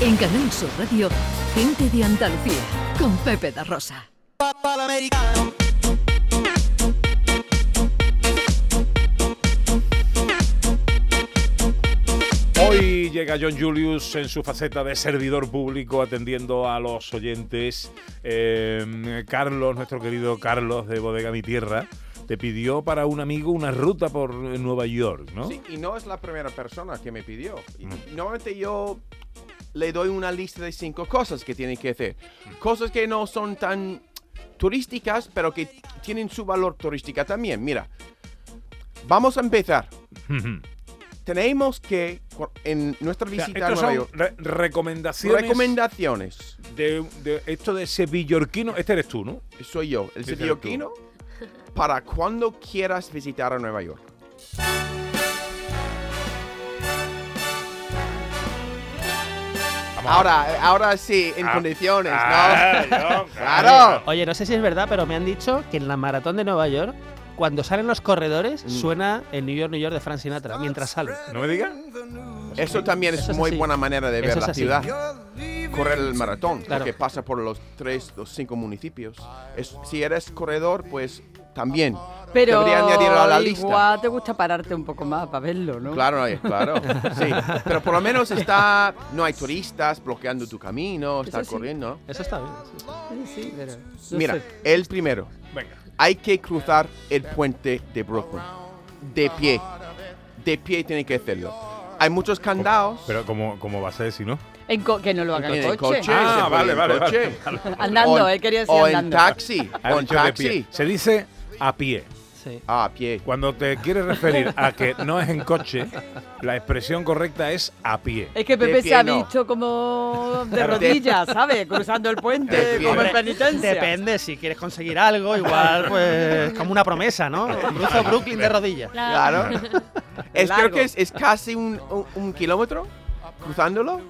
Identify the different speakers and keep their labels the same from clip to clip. Speaker 1: En Canal Sur Radio, gente de Andalucía, con Pepe da Rosa.
Speaker 2: Hoy llega John Julius en su faceta de servidor público atendiendo a los oyentes. Eh, Carlos, nuestro querido Carlos de Bodega Mi Tierra, te pidió para un amigo una ruta por eh, Nueva York, ¿no? Mm.
Speaker 3: Sí, y no es la primera persona que me pidió. Y- y Normalmente yo le doy una lista de cinco cosas que tienen que hacer.
Speaker 2: Mm.
Speaker 3: Cosas que no son tan turísticas, pero que tienen su valor turística también. Mira, vamos a empezar. Tenemos que, cu- en nuestra
Speaker 2: O sea,
Speaker 3: visita a
Speaker 2: estos
Speaker 3: Nueva
Speaker 2: son
Speaker 3: York,
Speaker 2: re- recomendaciones
Speaker 3: recomendaciones.
Speaker 2: de, de esto de sevillorquino. Este eres tú, ¿no?
Speaker 3: Soy yo, el
Speaker 2: Ese eres
Speaker 3: sevillano, para cuando quieras visitar a Nueva York.
Speaker 2: Vamos a-
Speaker 3: Ahora, eh, ahora sí, en
Speaker 2: Ah.
Speaker 3: condiciones, ¿no?
Speaker 2: Ah, John,
Speaker 3: Claro.
Speaker 4: Oye, no sé si es verdad, pero me han dicho que en la maratón de Nueva York, cuando salen los corredores, suena el New York, New York de Frank Sinatra mientras sale.
Speaker 2: ¿No me digas?
Speaker 3: Eso también es,
Speaker 4: Eso es
Speaker 3: muy
Speaker 4: así.
Speaker 3: buena manera de ver
Speaker 4: Eso es
Speaker 3: la
Speaker 4: así.
Speaker 3: ciudad. Correr el maratón,
Speaker 4: Claro.
Speaker 3: porque pasa por los tres, los cinco municipios. Es- si eres corredor, pues también.
Speaker 5: Pero
Speaker 3: Debería añadirlo a la lista.
Speaker 5: igual te gusta pararte un poco más para verlo, ¿no?
Speaker 3: Claro, no, eh, claro. Sí. Pero por lo menos está, no hay turistas bloqueando tu camino, está
Speaker 5: Eso sí.
Speaker 3: corriendo.
Speaker 4: Eso está bien. sí, sí.
Speaker 5: Sí, sí, pero no
Speaker 3: Mira,
Speaker 5: sé.
Speaker 3: el primero,
Speaker 2: Venga.
Speaker 3: hay que cruzar el puente de Brooklyn. De pie. De pie tiene que hacerlo. Hay muchos candados.
Speaker 2: Pero ¿cómo, cómo va a ser si no?
Speaker 5: En co- que no lo hagan
Speaker 3: en
Speaker 5: en
Speaker 3: el
Speaker 5: coche.
Speaker 3: coche,
Speaker 2: Ah,
Speaker 3: se puede
Speaker 2: vale,
Speaker 3: en
Speaker 2: vale,
Speaker 3: coche.
Speaker 5: Andando,
Speaker 3: O-
Speaker 5: él quería decir
Speaker 3: O en
Speaker 5: andando.
Speaker 3: taxi.
Speaker 2: Ha
Speaker 3: O en
Speaker 2: dicho de pie.
Speaker 3: taxi.
Speaker 2: Se dice a pie.
Speaker 4: Sí.
Speaker 3: Ah, a pie.
Speaker 2: Cuando te quieres referir a que no es en coche, la expresión correcta es a pie.
Speaker 5: Es que
Speaker 3: De
Speaker 5: Pepe
Speaker 3: pie
Speaker 5: se ha
Speaker 3: no.
Speaker 5: visto como de
Speaker 3: De-
Speaker 5: rodillas, ¿sabes? Cruzando el
Speaker 3: De
Speaker 5: puente,
Speaker 3: pie.
Speaker 5: como en
Speaker 3: Hombre,
Speaker 5: penitencia.
Speaker 4: Depende, si quieres conseguir algo, igual, pues, como una promesa, ¿no? Cruzo Brooklyn de rodillas.
Speaker 3: Claro. es, creo
Speaker 5: Largo.
Speaker 3: que es, es casi un, un- un kilómetro cruzándolo.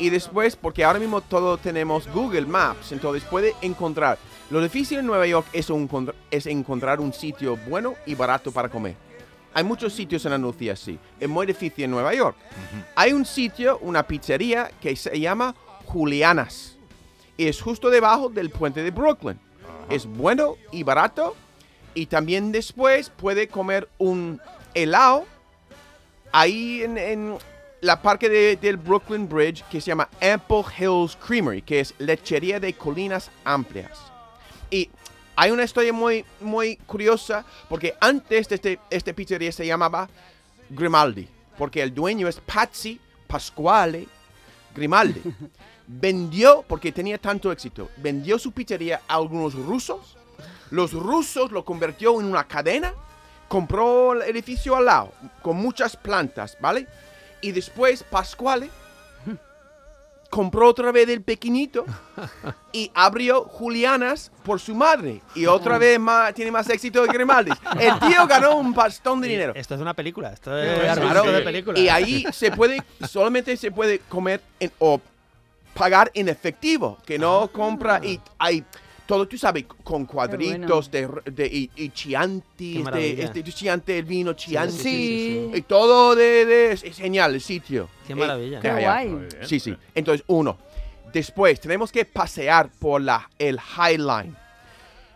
Speaker 3: Y después, porque ahora mismo todo tenemos Google Maps, entonces puede encontrar. Lo difícil en Nueva York es, un contra- es encontrar un sitio bueno y barato para comer. Hay muchos sitios en Andalucía así. Es muy difícil en Nueva York. Hay un sitio, una pizzería, que se llama Julianas. Y es justo debajo del puente de Brooklyn. Es bueno y barato. Y también después puede comer un helado ahí en, en la parque de- del Brooklyn Bridge que se llama Ample Hills Creamery, que es lechería de colinas amplias. Y hay una historia muy, muy curiosa porque antes de este, este pizzería se llamaba Grimaldi, porque el dueño es Patsy Pasquale Grimaldi. Vendió, porque tenía tanto éxito, vendió su pizzería a algunos rusos. Los rusos lo convirtió en una cadena. Compró el edificio al lado, con muchas plantas, ¿vale? Y después Pascuale compró otra vez el pequeñito y abrió Julianas por su madre. Y otra vez más, tiene más éxito que Grimaldi. El tío ganó un bastón de dinero.
Speaker 4: Esto es una película, esto es
Speaker 3: Claro.
Speaker 4: argumento de película.
Speaker 3: Y ahí se puede, solamente se puede comer en- o pagar en efectivo, que
Speaker 4: Ah.
Speaker 3: no compra y hay todo, tú sabes, con cuadritos de, de- y, y
Speaker 4: Qué
Speaker 3: chianti, este,
Speaker 4: maravilla.
Speaker 3: este chiante, el vino chianti.
Speaker 4: Sí, sí,
Speaker 3: Y todo de, de- es genial el sitio.
Speaker 4: Qué
Speaker 3: Eh,
Speaker 4: maravilla.
Speaker 3: de
Speaker 5: Qué
Speaker 3: allá.
Speaker 5: guay.
Speaker 3: Sí, sí. Entonces, uno. Después, tenemos que pasear por la, el High Line.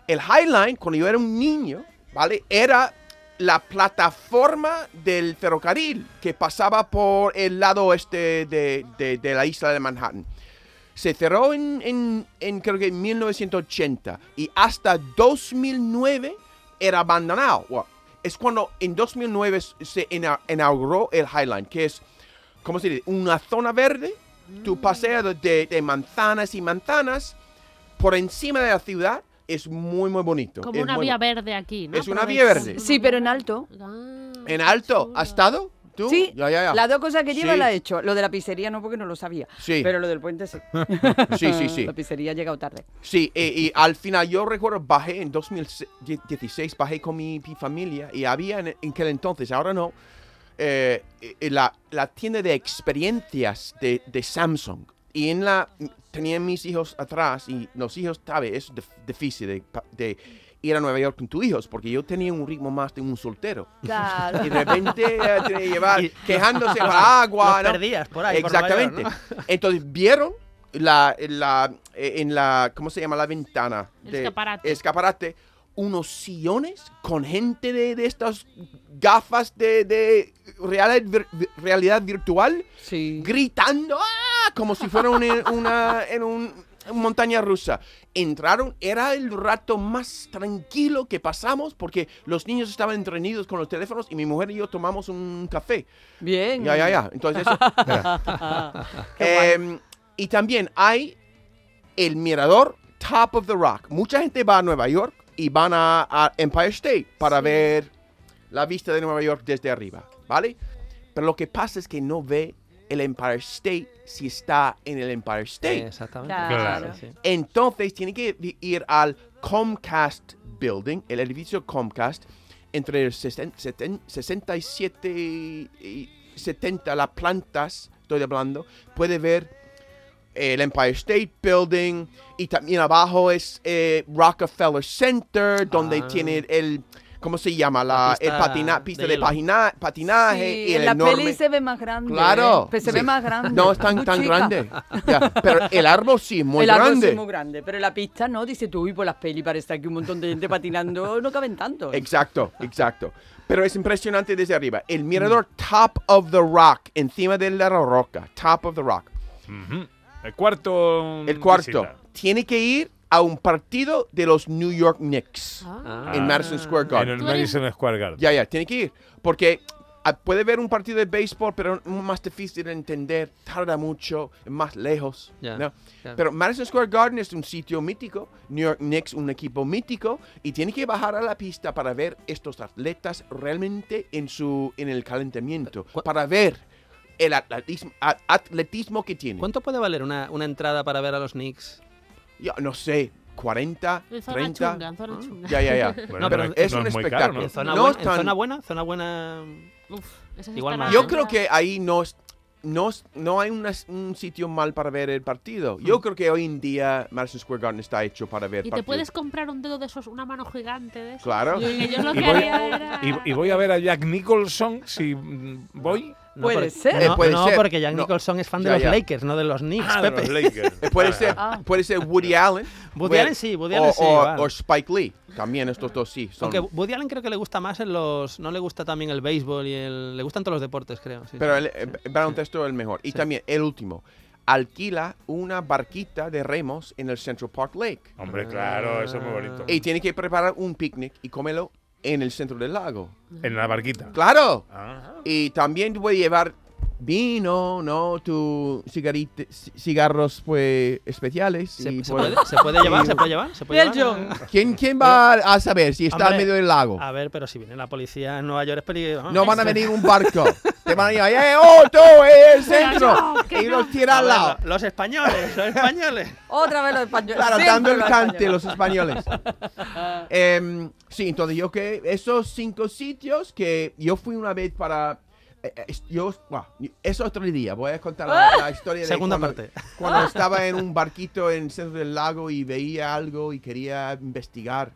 Speaker 3: El High Line, cuando yo era un niño, ¿vale? Era la plataforma del ferrocarril que pasaba por el lado oeste de, de- de la isla de Manhattan. Se cerró en, en- en creo que 1980 y hasta 2009 era abandonado. Bueno, es cuando en 2009 se ina- inauguró el High Line, que es ¿cómo se dice? Una zona verde.
Speaker 5: Mm.
Speaker 3: Tú paseas de, de manzanas y manzanas por encima de la ciudad. Es muy, muy bonito.
Speaker 6: Como
Speaker 3: Es
Speaker 6: una
Speaker 3: muy
Speaker 6: vía
Speaker 3: bo-
Speaker 6: verde aquí, ¿no? Ah.
Speaker 3: Es una vía verde.
Speaker 5: Sí, pero en alto.
Speaker 3: En alto, ¿has estado? ¿Tú?
Speaker 5: Sí,
Speaker 3: Ya, ya, ya.
Speaker 5: las dos cosas que lleva
Speaker 3: Sí.
Speaker 5: la he hecho. Lo de la pizzería no, porque no lo sabía.
Speaker 3: Sí.
Speaker 5: Pero lo del puente sí.
Speaker 3: Sí, sí, sí.
Speaker 5: La pizzería ha llegado tarde.
Speaker 3: Sí, y, y al final yo recuerdo, bajé en 2016, bajé con mi, mi familia y había en, en aquel entonces, ahora no, eh, eh, la, la tienda de experiencias de, de Samsung. Y en la, tenían mis hijos atrás y los hijos, ¿sabes? Es dif- difícil de, pa- de ir a Nueva York con tus hijos, porque yo tenía un ritmo más de un soltero.
Speaker 6: Claro.
Speaker 3: Y de repente eh, tenía que llevar
Speaker 4: Y-
Speaker 3: quejándose por agua.
Speaker 4: Los
Speaker 3: ¿no?
Speaker 4: perdías por ahí. por Nueva York,
Speaker 3: Exactamente.
Speaker 4: ¿no?
Speaker 3: Entonces vieron la, la, eh, en la, ¿cómo se llama? La ventana.
Speaker 6: El
Speaker 3: de-
Speaker 6: escaparate.
Speaker 3: escaparate, Unos sillones con gente de, de estas gafas de, de realidad, vir- vi- realidad virtual
Speaker 5: Sí.
Speaker 3: gritando ¡ah! como si fuera una, una- en un, en montaña rusa. Entraron, era el rato más tranquilo que pasamos porque los niños estaban entretenidos con los teléfonos y mi mujer y yo tomamos un café.
Speaker 5: Bien.
Speaker 3: Ya, ya, ya. Entonces, eso- Em, y también hay el mirador Top of the Rock. Mucha gente va a Nueva York y van a, a Empire State para
Speaker 6: Sí.
Speaker 3: ver la vista de Nueva York desde arriba, ¿vale? Pero lo que pasa es que no ve el Empire State si está en el Empire State.
Speaker 4: Eh, Exactamente.
Speaker 6: Claro.
Speaker 4: Sí, sí.
Speaker 3: Entonces tiene que vi- ir al Comcast Building, el edificio Comcast, entre el sesen- seten- 67 y 70, las plantas, estoy hablando, puede ver eh, el Empire State Building y también abajo es eh, Rockefeller Center, donde
Speaker 4: Ah.
Speaker 3: tiene el... ¿Cómo se llama?
Speaker 4: La
Speaker 3: La, el
Speaker 4: pista
Speaker 3: patina-
Speaker 4: de
Speaker 3: pista de,
Speaker 4: hielo.
Speaker 3: pagina- patinaje
Speaker 5: Sí,
Speaker 3: y el
Speaker 5: en la
Speaker 3: enorme...
Speaker 5: peli se ve más grande.
Speaker 3: Claro,
Speaker 5: ¿eh? Pues se
Speaker 3: sí.
Speaker 5: ve más grande.
Speaker 3: No es tan,
Speaker 5: Muy
Speaker 3: tan
Speaker 5: chica.
Speaker 3: grande. Ya, pero el árbol sí es muy
Speaker 5: el árbol
Speaker 3: grande.
Speaker 5: sí es muy grande, pero la pista no. Dice tú, uy, por las pelis parece aquí un montón de gente patinando, no caben tanto.
Speaker 2: Pues.
Speaker 3: Exacto, exacto. Pero es impresionante desde arriba.
Speaker 2: Mm.
Speaker 3: El mirador Top of the Rock, encima de la roca. Top of the Rock.
Speaker 2: Ujú. El cuarto.
Speaker 3: El cuarto.
Speaker 2: Mm, visita.
Speaker 3: Tiene que ir a un partido de los New York Knicks
Speaker 6: Ah.
Speaker 3: en Madison Square
Speaker 2: En
Speaker 3: Garden.
Speaker 2: el
Speaker 6: Tú eres-
Speaker 2: Madison Square Garden.
Speaker 3: Ya, ya, tiene que ir. Porque ah, puede ver un partido de béisbol, pero es más difícil de entender. Tarda mucho, es más lejos.
Speaker 4: Ya,
Speaker 3: ¿no?
Speaker 4: claro.
Speaker 3: Pero Madison Square Garden es un sitio mítico. New York Knicks, un equipo mítico. Y tiene que bajar a la pista para ver estos atletas realmente en, su, en el calentamiento.
Speaker 4: ¿Cu-
Speaker 3: Para ver el atletismo, a- atletismo que tiene.
Speaker 4: ¿Cuánto puede valer una, una entrada para ver a los Knicks?
Speaker 3: Yo no sé, 40,
Speaker 6: En zona
Speaker 3: 30.
Speaker 6: chunga, en
Speaker 3: Ah.
Speaker 6: zona chunga.
Speaker 3: Ya, ya, ya.
Speaker 2: Bueno,
Speaker 4: No, pero
Speaker 2: no
Speaker 3: es
Speaker 2: no
Speaker 3: un
Speaker 2: muy
Speaker 3: espectáculo.
Speaker 2: caro,
Speaker 4: En zona,
Speaker 3: No
Speaker 4: buena,
Speaker 3: es tan-
Speaker 4: en zona buena, zona buena.
Speaker 6: Uf, esos
Speaker 4: Igual
Speaker 6: estarán-
Speaker 4: más.
Speaker 3: Yo creo que ahí no, es- no, es- no hay una- un sitio mal para ver el partido. Yo creo que hoy en día Madison Square Garden está hecho para ver
Speaker 6: Y te
Speaker 3: partidos.
Speaker 6: puedes comprar un dedo de esos, una mano gigante de esos.
Speaker 3: Claro.
Speaker 6: Que yo lo
Speaker 2: Y
Speaker 6: que
Speaker 2: voy-
Speaker 6: haría era...
Speaker 2: Y, y voy a ver a Jack Nicholson si mm, voy.
Speaker 5: Puede
Speaker 4: porque-
Speaker 5: ser.
Speaker 4: No,
Speaker 3: Eh, puede
Speaker 4: no,
Speaker 3: ser.
Speaker 4: porque Jack
Speaker 3: No.
Speaker 4: Nicholson es fan de
Speaker 3: Ya,
Speaker 4: los
Speaker 3: ya.
Speaker 4: Lakers, no de los Knicks,
Speaker 2: Ah, de
Speaker 4: Pepe.
Speaker 2: los Lakers.
Speaker 3: Eh, Puede ser,
Speaker 5: Ah.
Speaker 3: puede ser Woody Allen.
Speaker 4: Woody
Speaker 3: puede-
Speaker 4: Allen sí, Woody
Speaker 3: o-
Speaker 4: Allen sí,
Speaker 3: o,
Speaker 4: vale.
Speaker 3: o Spike Lee. También estos dos sí. Son,
Speaker 4: Aunque Woody Allen creo que le gusta más en los... No le gusta también el béisbol y el... Le gustan todos los deportes, creo. sí,
Speaker 3: pero el,
Speaker 4: sí.
Speaker 3: eh, el baloncesto es el mejor. Y también el último. Alquila una barquita de remos en el Central Park Lake.
Speaker 2: Hombre, claro, eso es muy bonito.
Speaker 3: Y tiene que preparar un picnic y comerlo en el centro del lago.
Speaker 2: En la barquita. Ah.
Speaker 3: ¡Claro!
Speaker 2: Ajá.
Speaker 3: Y también te puede llevar vino, ¿no? Tu cigarrite- ci- cigarros pues especiales. y
Speaker 4: ¿Se, se
Speaker 3: puede-
Speaker 4: puede, se puede llevar?
Speaker 3: y-
Speaker 4: ¿Se puede llevar? ¿Se puede
Speaker 5: Mira el
Speaker 4: llevar?
Speaker 5: John.
Speaker 3: ¿Quién, ¿Quién va a saber si está
Speaker 4: Hombre, Ah,
Speaker 3: en medio del lago?
Speaker 4: A ver, pero si viene la policía en Nueva York es peligroso.
Speaker 3: No van a venir un barco. Te van a ir ¡eh, oh, tú, eh, el centro!
Speaker 6: no, que
Speaker 3: y
Speaker 6: no.
Speaker 3: los tira al
Speaker 4: ver,
Speaker 3: lado.
Speaker 4: lo- Este, Los españoles, los españoles.
Speaker 5: Otra vez los españoles.
Speaker 3: Claro,
Speaker 5: siempre
Speaker 3: dando el
Speaker 5: los
Speaker 3: cante
Speaker 5: españoles.
Speaker 3: los españoles. Em, sí, entonces yo que esos cinco sitios que yo fui una vez para... eh, eh, Yo, buah, es otro día, voy a contar la, la historia de
Speaker 4: Ah. Segunda
Speaker 3: cuando-
Speaker 4: parte.
Speaker 3: Cuando estaba en un barquito en el centro del lago y veía algo y quería investigar.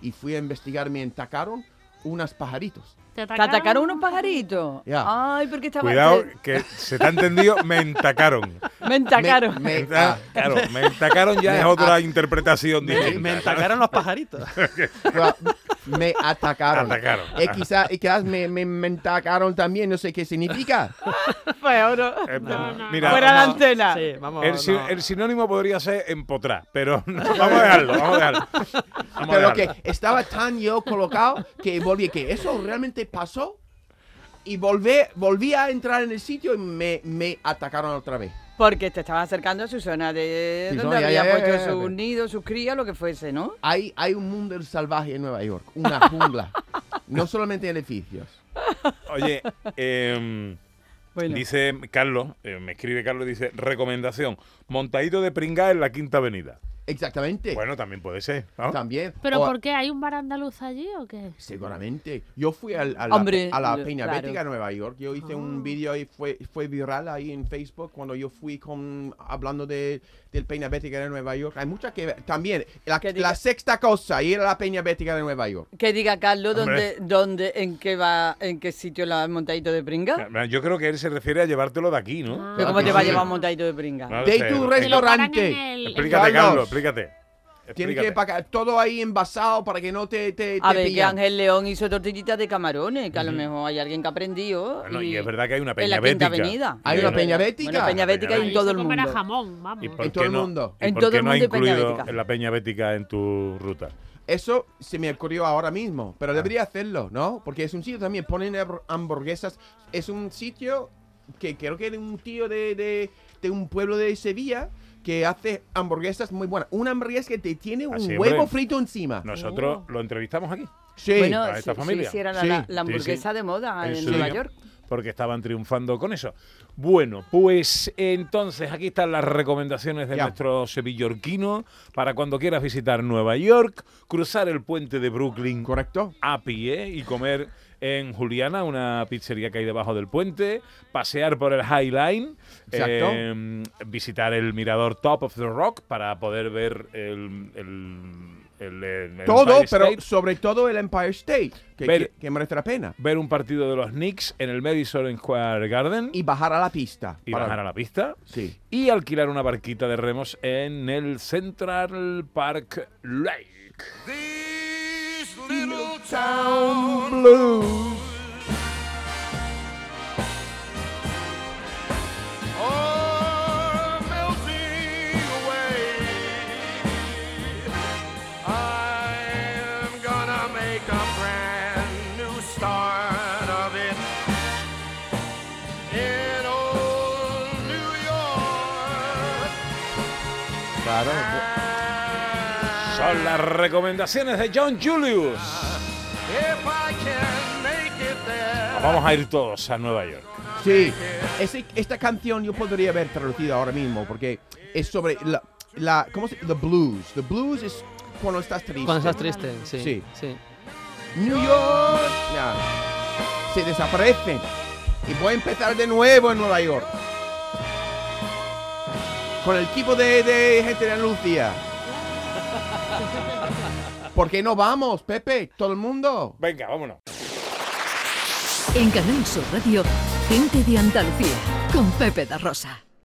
Speaker 3: Y fui a investigar, me atacaron unos pajaritos.
Speaker 6: Te
Speaker 5: Te atacaron unos pajaritos.
Speaker 3: Ya.
Speaker 5: Ay, porque estaba.
Speaker 2: Cuidado,
Speaker 5: te-
Speaker 2: que se te ha entendido, me entacaron.
Speaker 5: Me entacaron.
Speaker 3: Me- me-
Speaker 2: Enta- claro, me entacaron ya
Speaker 3: Me-
Speaker 2: es
Speaker 3: ah.
Speaker 2: otra interpretación distinta.
Speaker 4: Me atacaron los pajaritos.
Speaker 3: Pero me atacaron.
Speaker 2: Atacaron.
Speaker 3: Y quizás me, me, me atacaron también, no sé qué significa.
Speaker 5: Fue oro.
Speaker 2: Eh,
Speaker 6: No, no.
Speaker 2: Mira,
Speaker 5: Fuera la
Speaker 2: no,
Speaker 5: antena.
Speaker 4: Sí, vamos.
Speaker 2: el, si-
Speaker 4: no.
Speaker 2: el sinónimo podría ser empotrar, pero no, vamos a dejarlo, vamos a dejarlo. Vamos a
Speaker 3: Pero que
Speaker 2: dejarlo.
Speaker 3: estaba tan yo colocado que volví, que eso realmente pasó. Y volví, volví a entrar en el sitio y me, me atacaron otra vez.
Speaker 5: Porque te estabas acercando a su zona de
Speaker 3: Sí,
Speaker 5: donde
Speaker 3: zona, ya,
Speaker 5: había
Speaker 3: ya, ya,
Speaker 5: puesto
Speaker 3: ya, ya,
Speaker 5: su
Speaker 3: pero-
Speaker 5: nido, su cría, lo que fuese, ¿no?
Speaker 3: Hay, hay un mundo salvaje en Nueva York, una jungla. no solamente edificios.
Speaker 2: Oye, em,
Speaker 5: Bueno,
Speaker 2: dice Carlos, eh, me escribe Carlos, dice, recomendación, montadito de pringá en la Quinta Avenida.
Speaker 3: Exactamente.
Speaker 2: Bueno, también puede ser. ¿no?
Speaker 3: También.
Speaker 6: ¿Pero
Speaker 3: O-
Speaker 6: por qué? ¿Hay un bar andaluz allí o qué?
Speaker 3: Seguramente. Yo fui al- a la,
Speaker 5: Hombre,
Speaker 3: a la
Speaker 5: lo-
Speaker 3: Peña
Speaker 5: claro.
Speaker 3: Bética, Nueva York. Yo hice un
Speaker 6: Ah.
Speaker 3: vídeo y fue, fue viral ahí en Facebook cuando yo fui con hablando de, del Peña Bética de Nueva York. Hay muchas que... También, la,
Speaker 5: Que diga-
Speaker 3: la sexta cosa, ir a la Peña Bética de Nueva York.
Speaker 5: Que diga Carlos
Speaker 2: Hombre.
Speaker 5: dónde, dónde, en qué va, en qué sitio la montadito de pringa.
Speaker 2: Yo creo que él se refiere a llevártelo de aquí, ¿no?
Speaker 6: Ah.
Speaker 5: Pero cómo te va a
Speaker 3: Sí.
Speaker 5: llevar un montadito de pringa.
Speaker 2: Claro,
Speaker 3: De
Speaker 2: se-
Speaker 3: tu
Speaker 6: Se lo paran
Speaker 3: restaurante.
Speaker 6: en el- en
Speaker 2: Explícate,
Speaker 3: Carlos.
Speaker 2: Carlos, explícate.
Speaker 3: Tiene
Speaker 2: Explícate.
Speaker 3: que pagar todo ahí envasado para que no te, te,
Speaker 5: A
Speaker 3: te
Speaker 5: ver, que
Speaker 3: pillan.
Speaker 5: Ángel León hizo tortillitas de camarones, que a lo mejor hay alguien que ha aprendido.
Speaker 2: Bueno, y es verdad que hay una
Speaker 5: en
Speaker 2: peña
Speaker 5: la Quinta
Speaker 2: bética.
Speaker 5: Avenida.
Speaker 3: Hay una
Speaker 2: Bueno,
Speaker 3: peña
Speaker 5: Bueno,
Speaker 3: bética.
Speaker 5: Peña Bética y
Speaker 6: Ahí
Speaker 5: en todo
Speaker 6: se
Speaker 5: el
Speaker 6: comerá
Speaker 5: mundo.
Speaker 6: jamón, vamos.
Speaker 2: ¿Y por
Speaker 3: En todo
Speaker 2: qué
Speaker 3: el
Speaker 2: no-
Speaker 3: mundo.
Speaker 2: ¿Y
Speaker 5: En
Speaker 2: por
Speaker 5: todo
Speaker 2: qué
Speaker 5: el
Speaker 2: no ha
Speaker 5: mundo hay peña
Speaker 2: incluido
Speaker 5: bética.
Speaker 2: en la peña bética en tu ruta?
Speaker 3: Eso se me ocurrió ahora mismo,
Speaker 2: Ah.
Speaker 3: pero debería hacerlo, ¿no? Porque es un sitio también, ponen hambur- hamburguesas. Es un sitio que creo que era un tío de, de, de un pueblo de Sevilla que hace hamburguesas muy buenas. Una hamburguesa que te tiene un
Speaker 2: Así,
Speaker 3: huevo
Speaker 2: Ah, hombre.
Speaker 3: frito encima.
Speaker 2: Nosotros lo entrevistamos aquí.
Speaker 3: Sí.
Speaker 5: Bueno,
Speaker 2: a esta
Speaker 5: sí,
Speaker 2: familia.
Speaker 5: sí, sí, era la,
Speaker 3: Sí,
Speaker 5: la- la
Speaker 2: sí,
Speaker 5: hamburguesa
Speaker 2: sí.
Speaker 5: de moda en,
Speaker 2: su
Speaker 5: Nueva
Speaker 2: día,
Speaker 5: York.
Speaker 2: Porque estaban triunfando con eso. Bueno, pues entonces aquí están las recomendaciones de
Speaker 3: Ya.
Speaker 2: nuestro sevillorquino para cuando quieras visitar Nueva York, cruzar el puente de Brooklyn
Speaker 3: ¿Correcto?
Speaker 2: a pie y comer en Juliana, una pizzería que hay debajo del puente, pasear por el High Line,
Speaker 3: Exacto.
Speaker 2: eh, visitar el mirador Top of the Rock para poder ver el... el- el- el
Speaker 3: Todo,
Speaker 2: Empire
Speaker 3: pero
Speaker 2: State.
Speaker 3: sobre todo el Empire State, que,
Speaker 2: Ver-
Speaker 3: que, que merece la pena.
Speaker 2: ver un partido de los Knicks en el Madison Square Garden y,
Speaker 3: Y bajar a la pista. para-
Speaker 2: bajar a la pista
Speaker 3: Sí.
Speaker 2: y alquilar una barquita de remos en el Central Park Lake.
Speaker 7: I'm gonna make a brand new start of it in old New York.
Speaker 3: Claro.
Speaker 2: Son las recomendaciones de John Julius.
Speaker 7: If I can make it there.
Speaker 2: Vamos a ir todos a Nueva York.
Speaker 3: Sí, ese- esta canción yo podría haber traducido ahora mismo porque es sobre la, la ¿cómo se The blues. The blues es cuando estás triste.
Speaker 4: Cuando estás triste, sí.
Speaker 3: Sí.
Speaker 4: sí.
Speaker 3: New York ya, se desaparece y voy a empezar de nuevo en Nueva York con el equipo de, de gente de Andalucía. ¿Por qué no vamos, Pepe? Todo el mundo.
Speaker 2: Venga, vámonos.
Speaker 1: En Canal Sur Radio, gente de Andalucía, con Pepe da Rosa.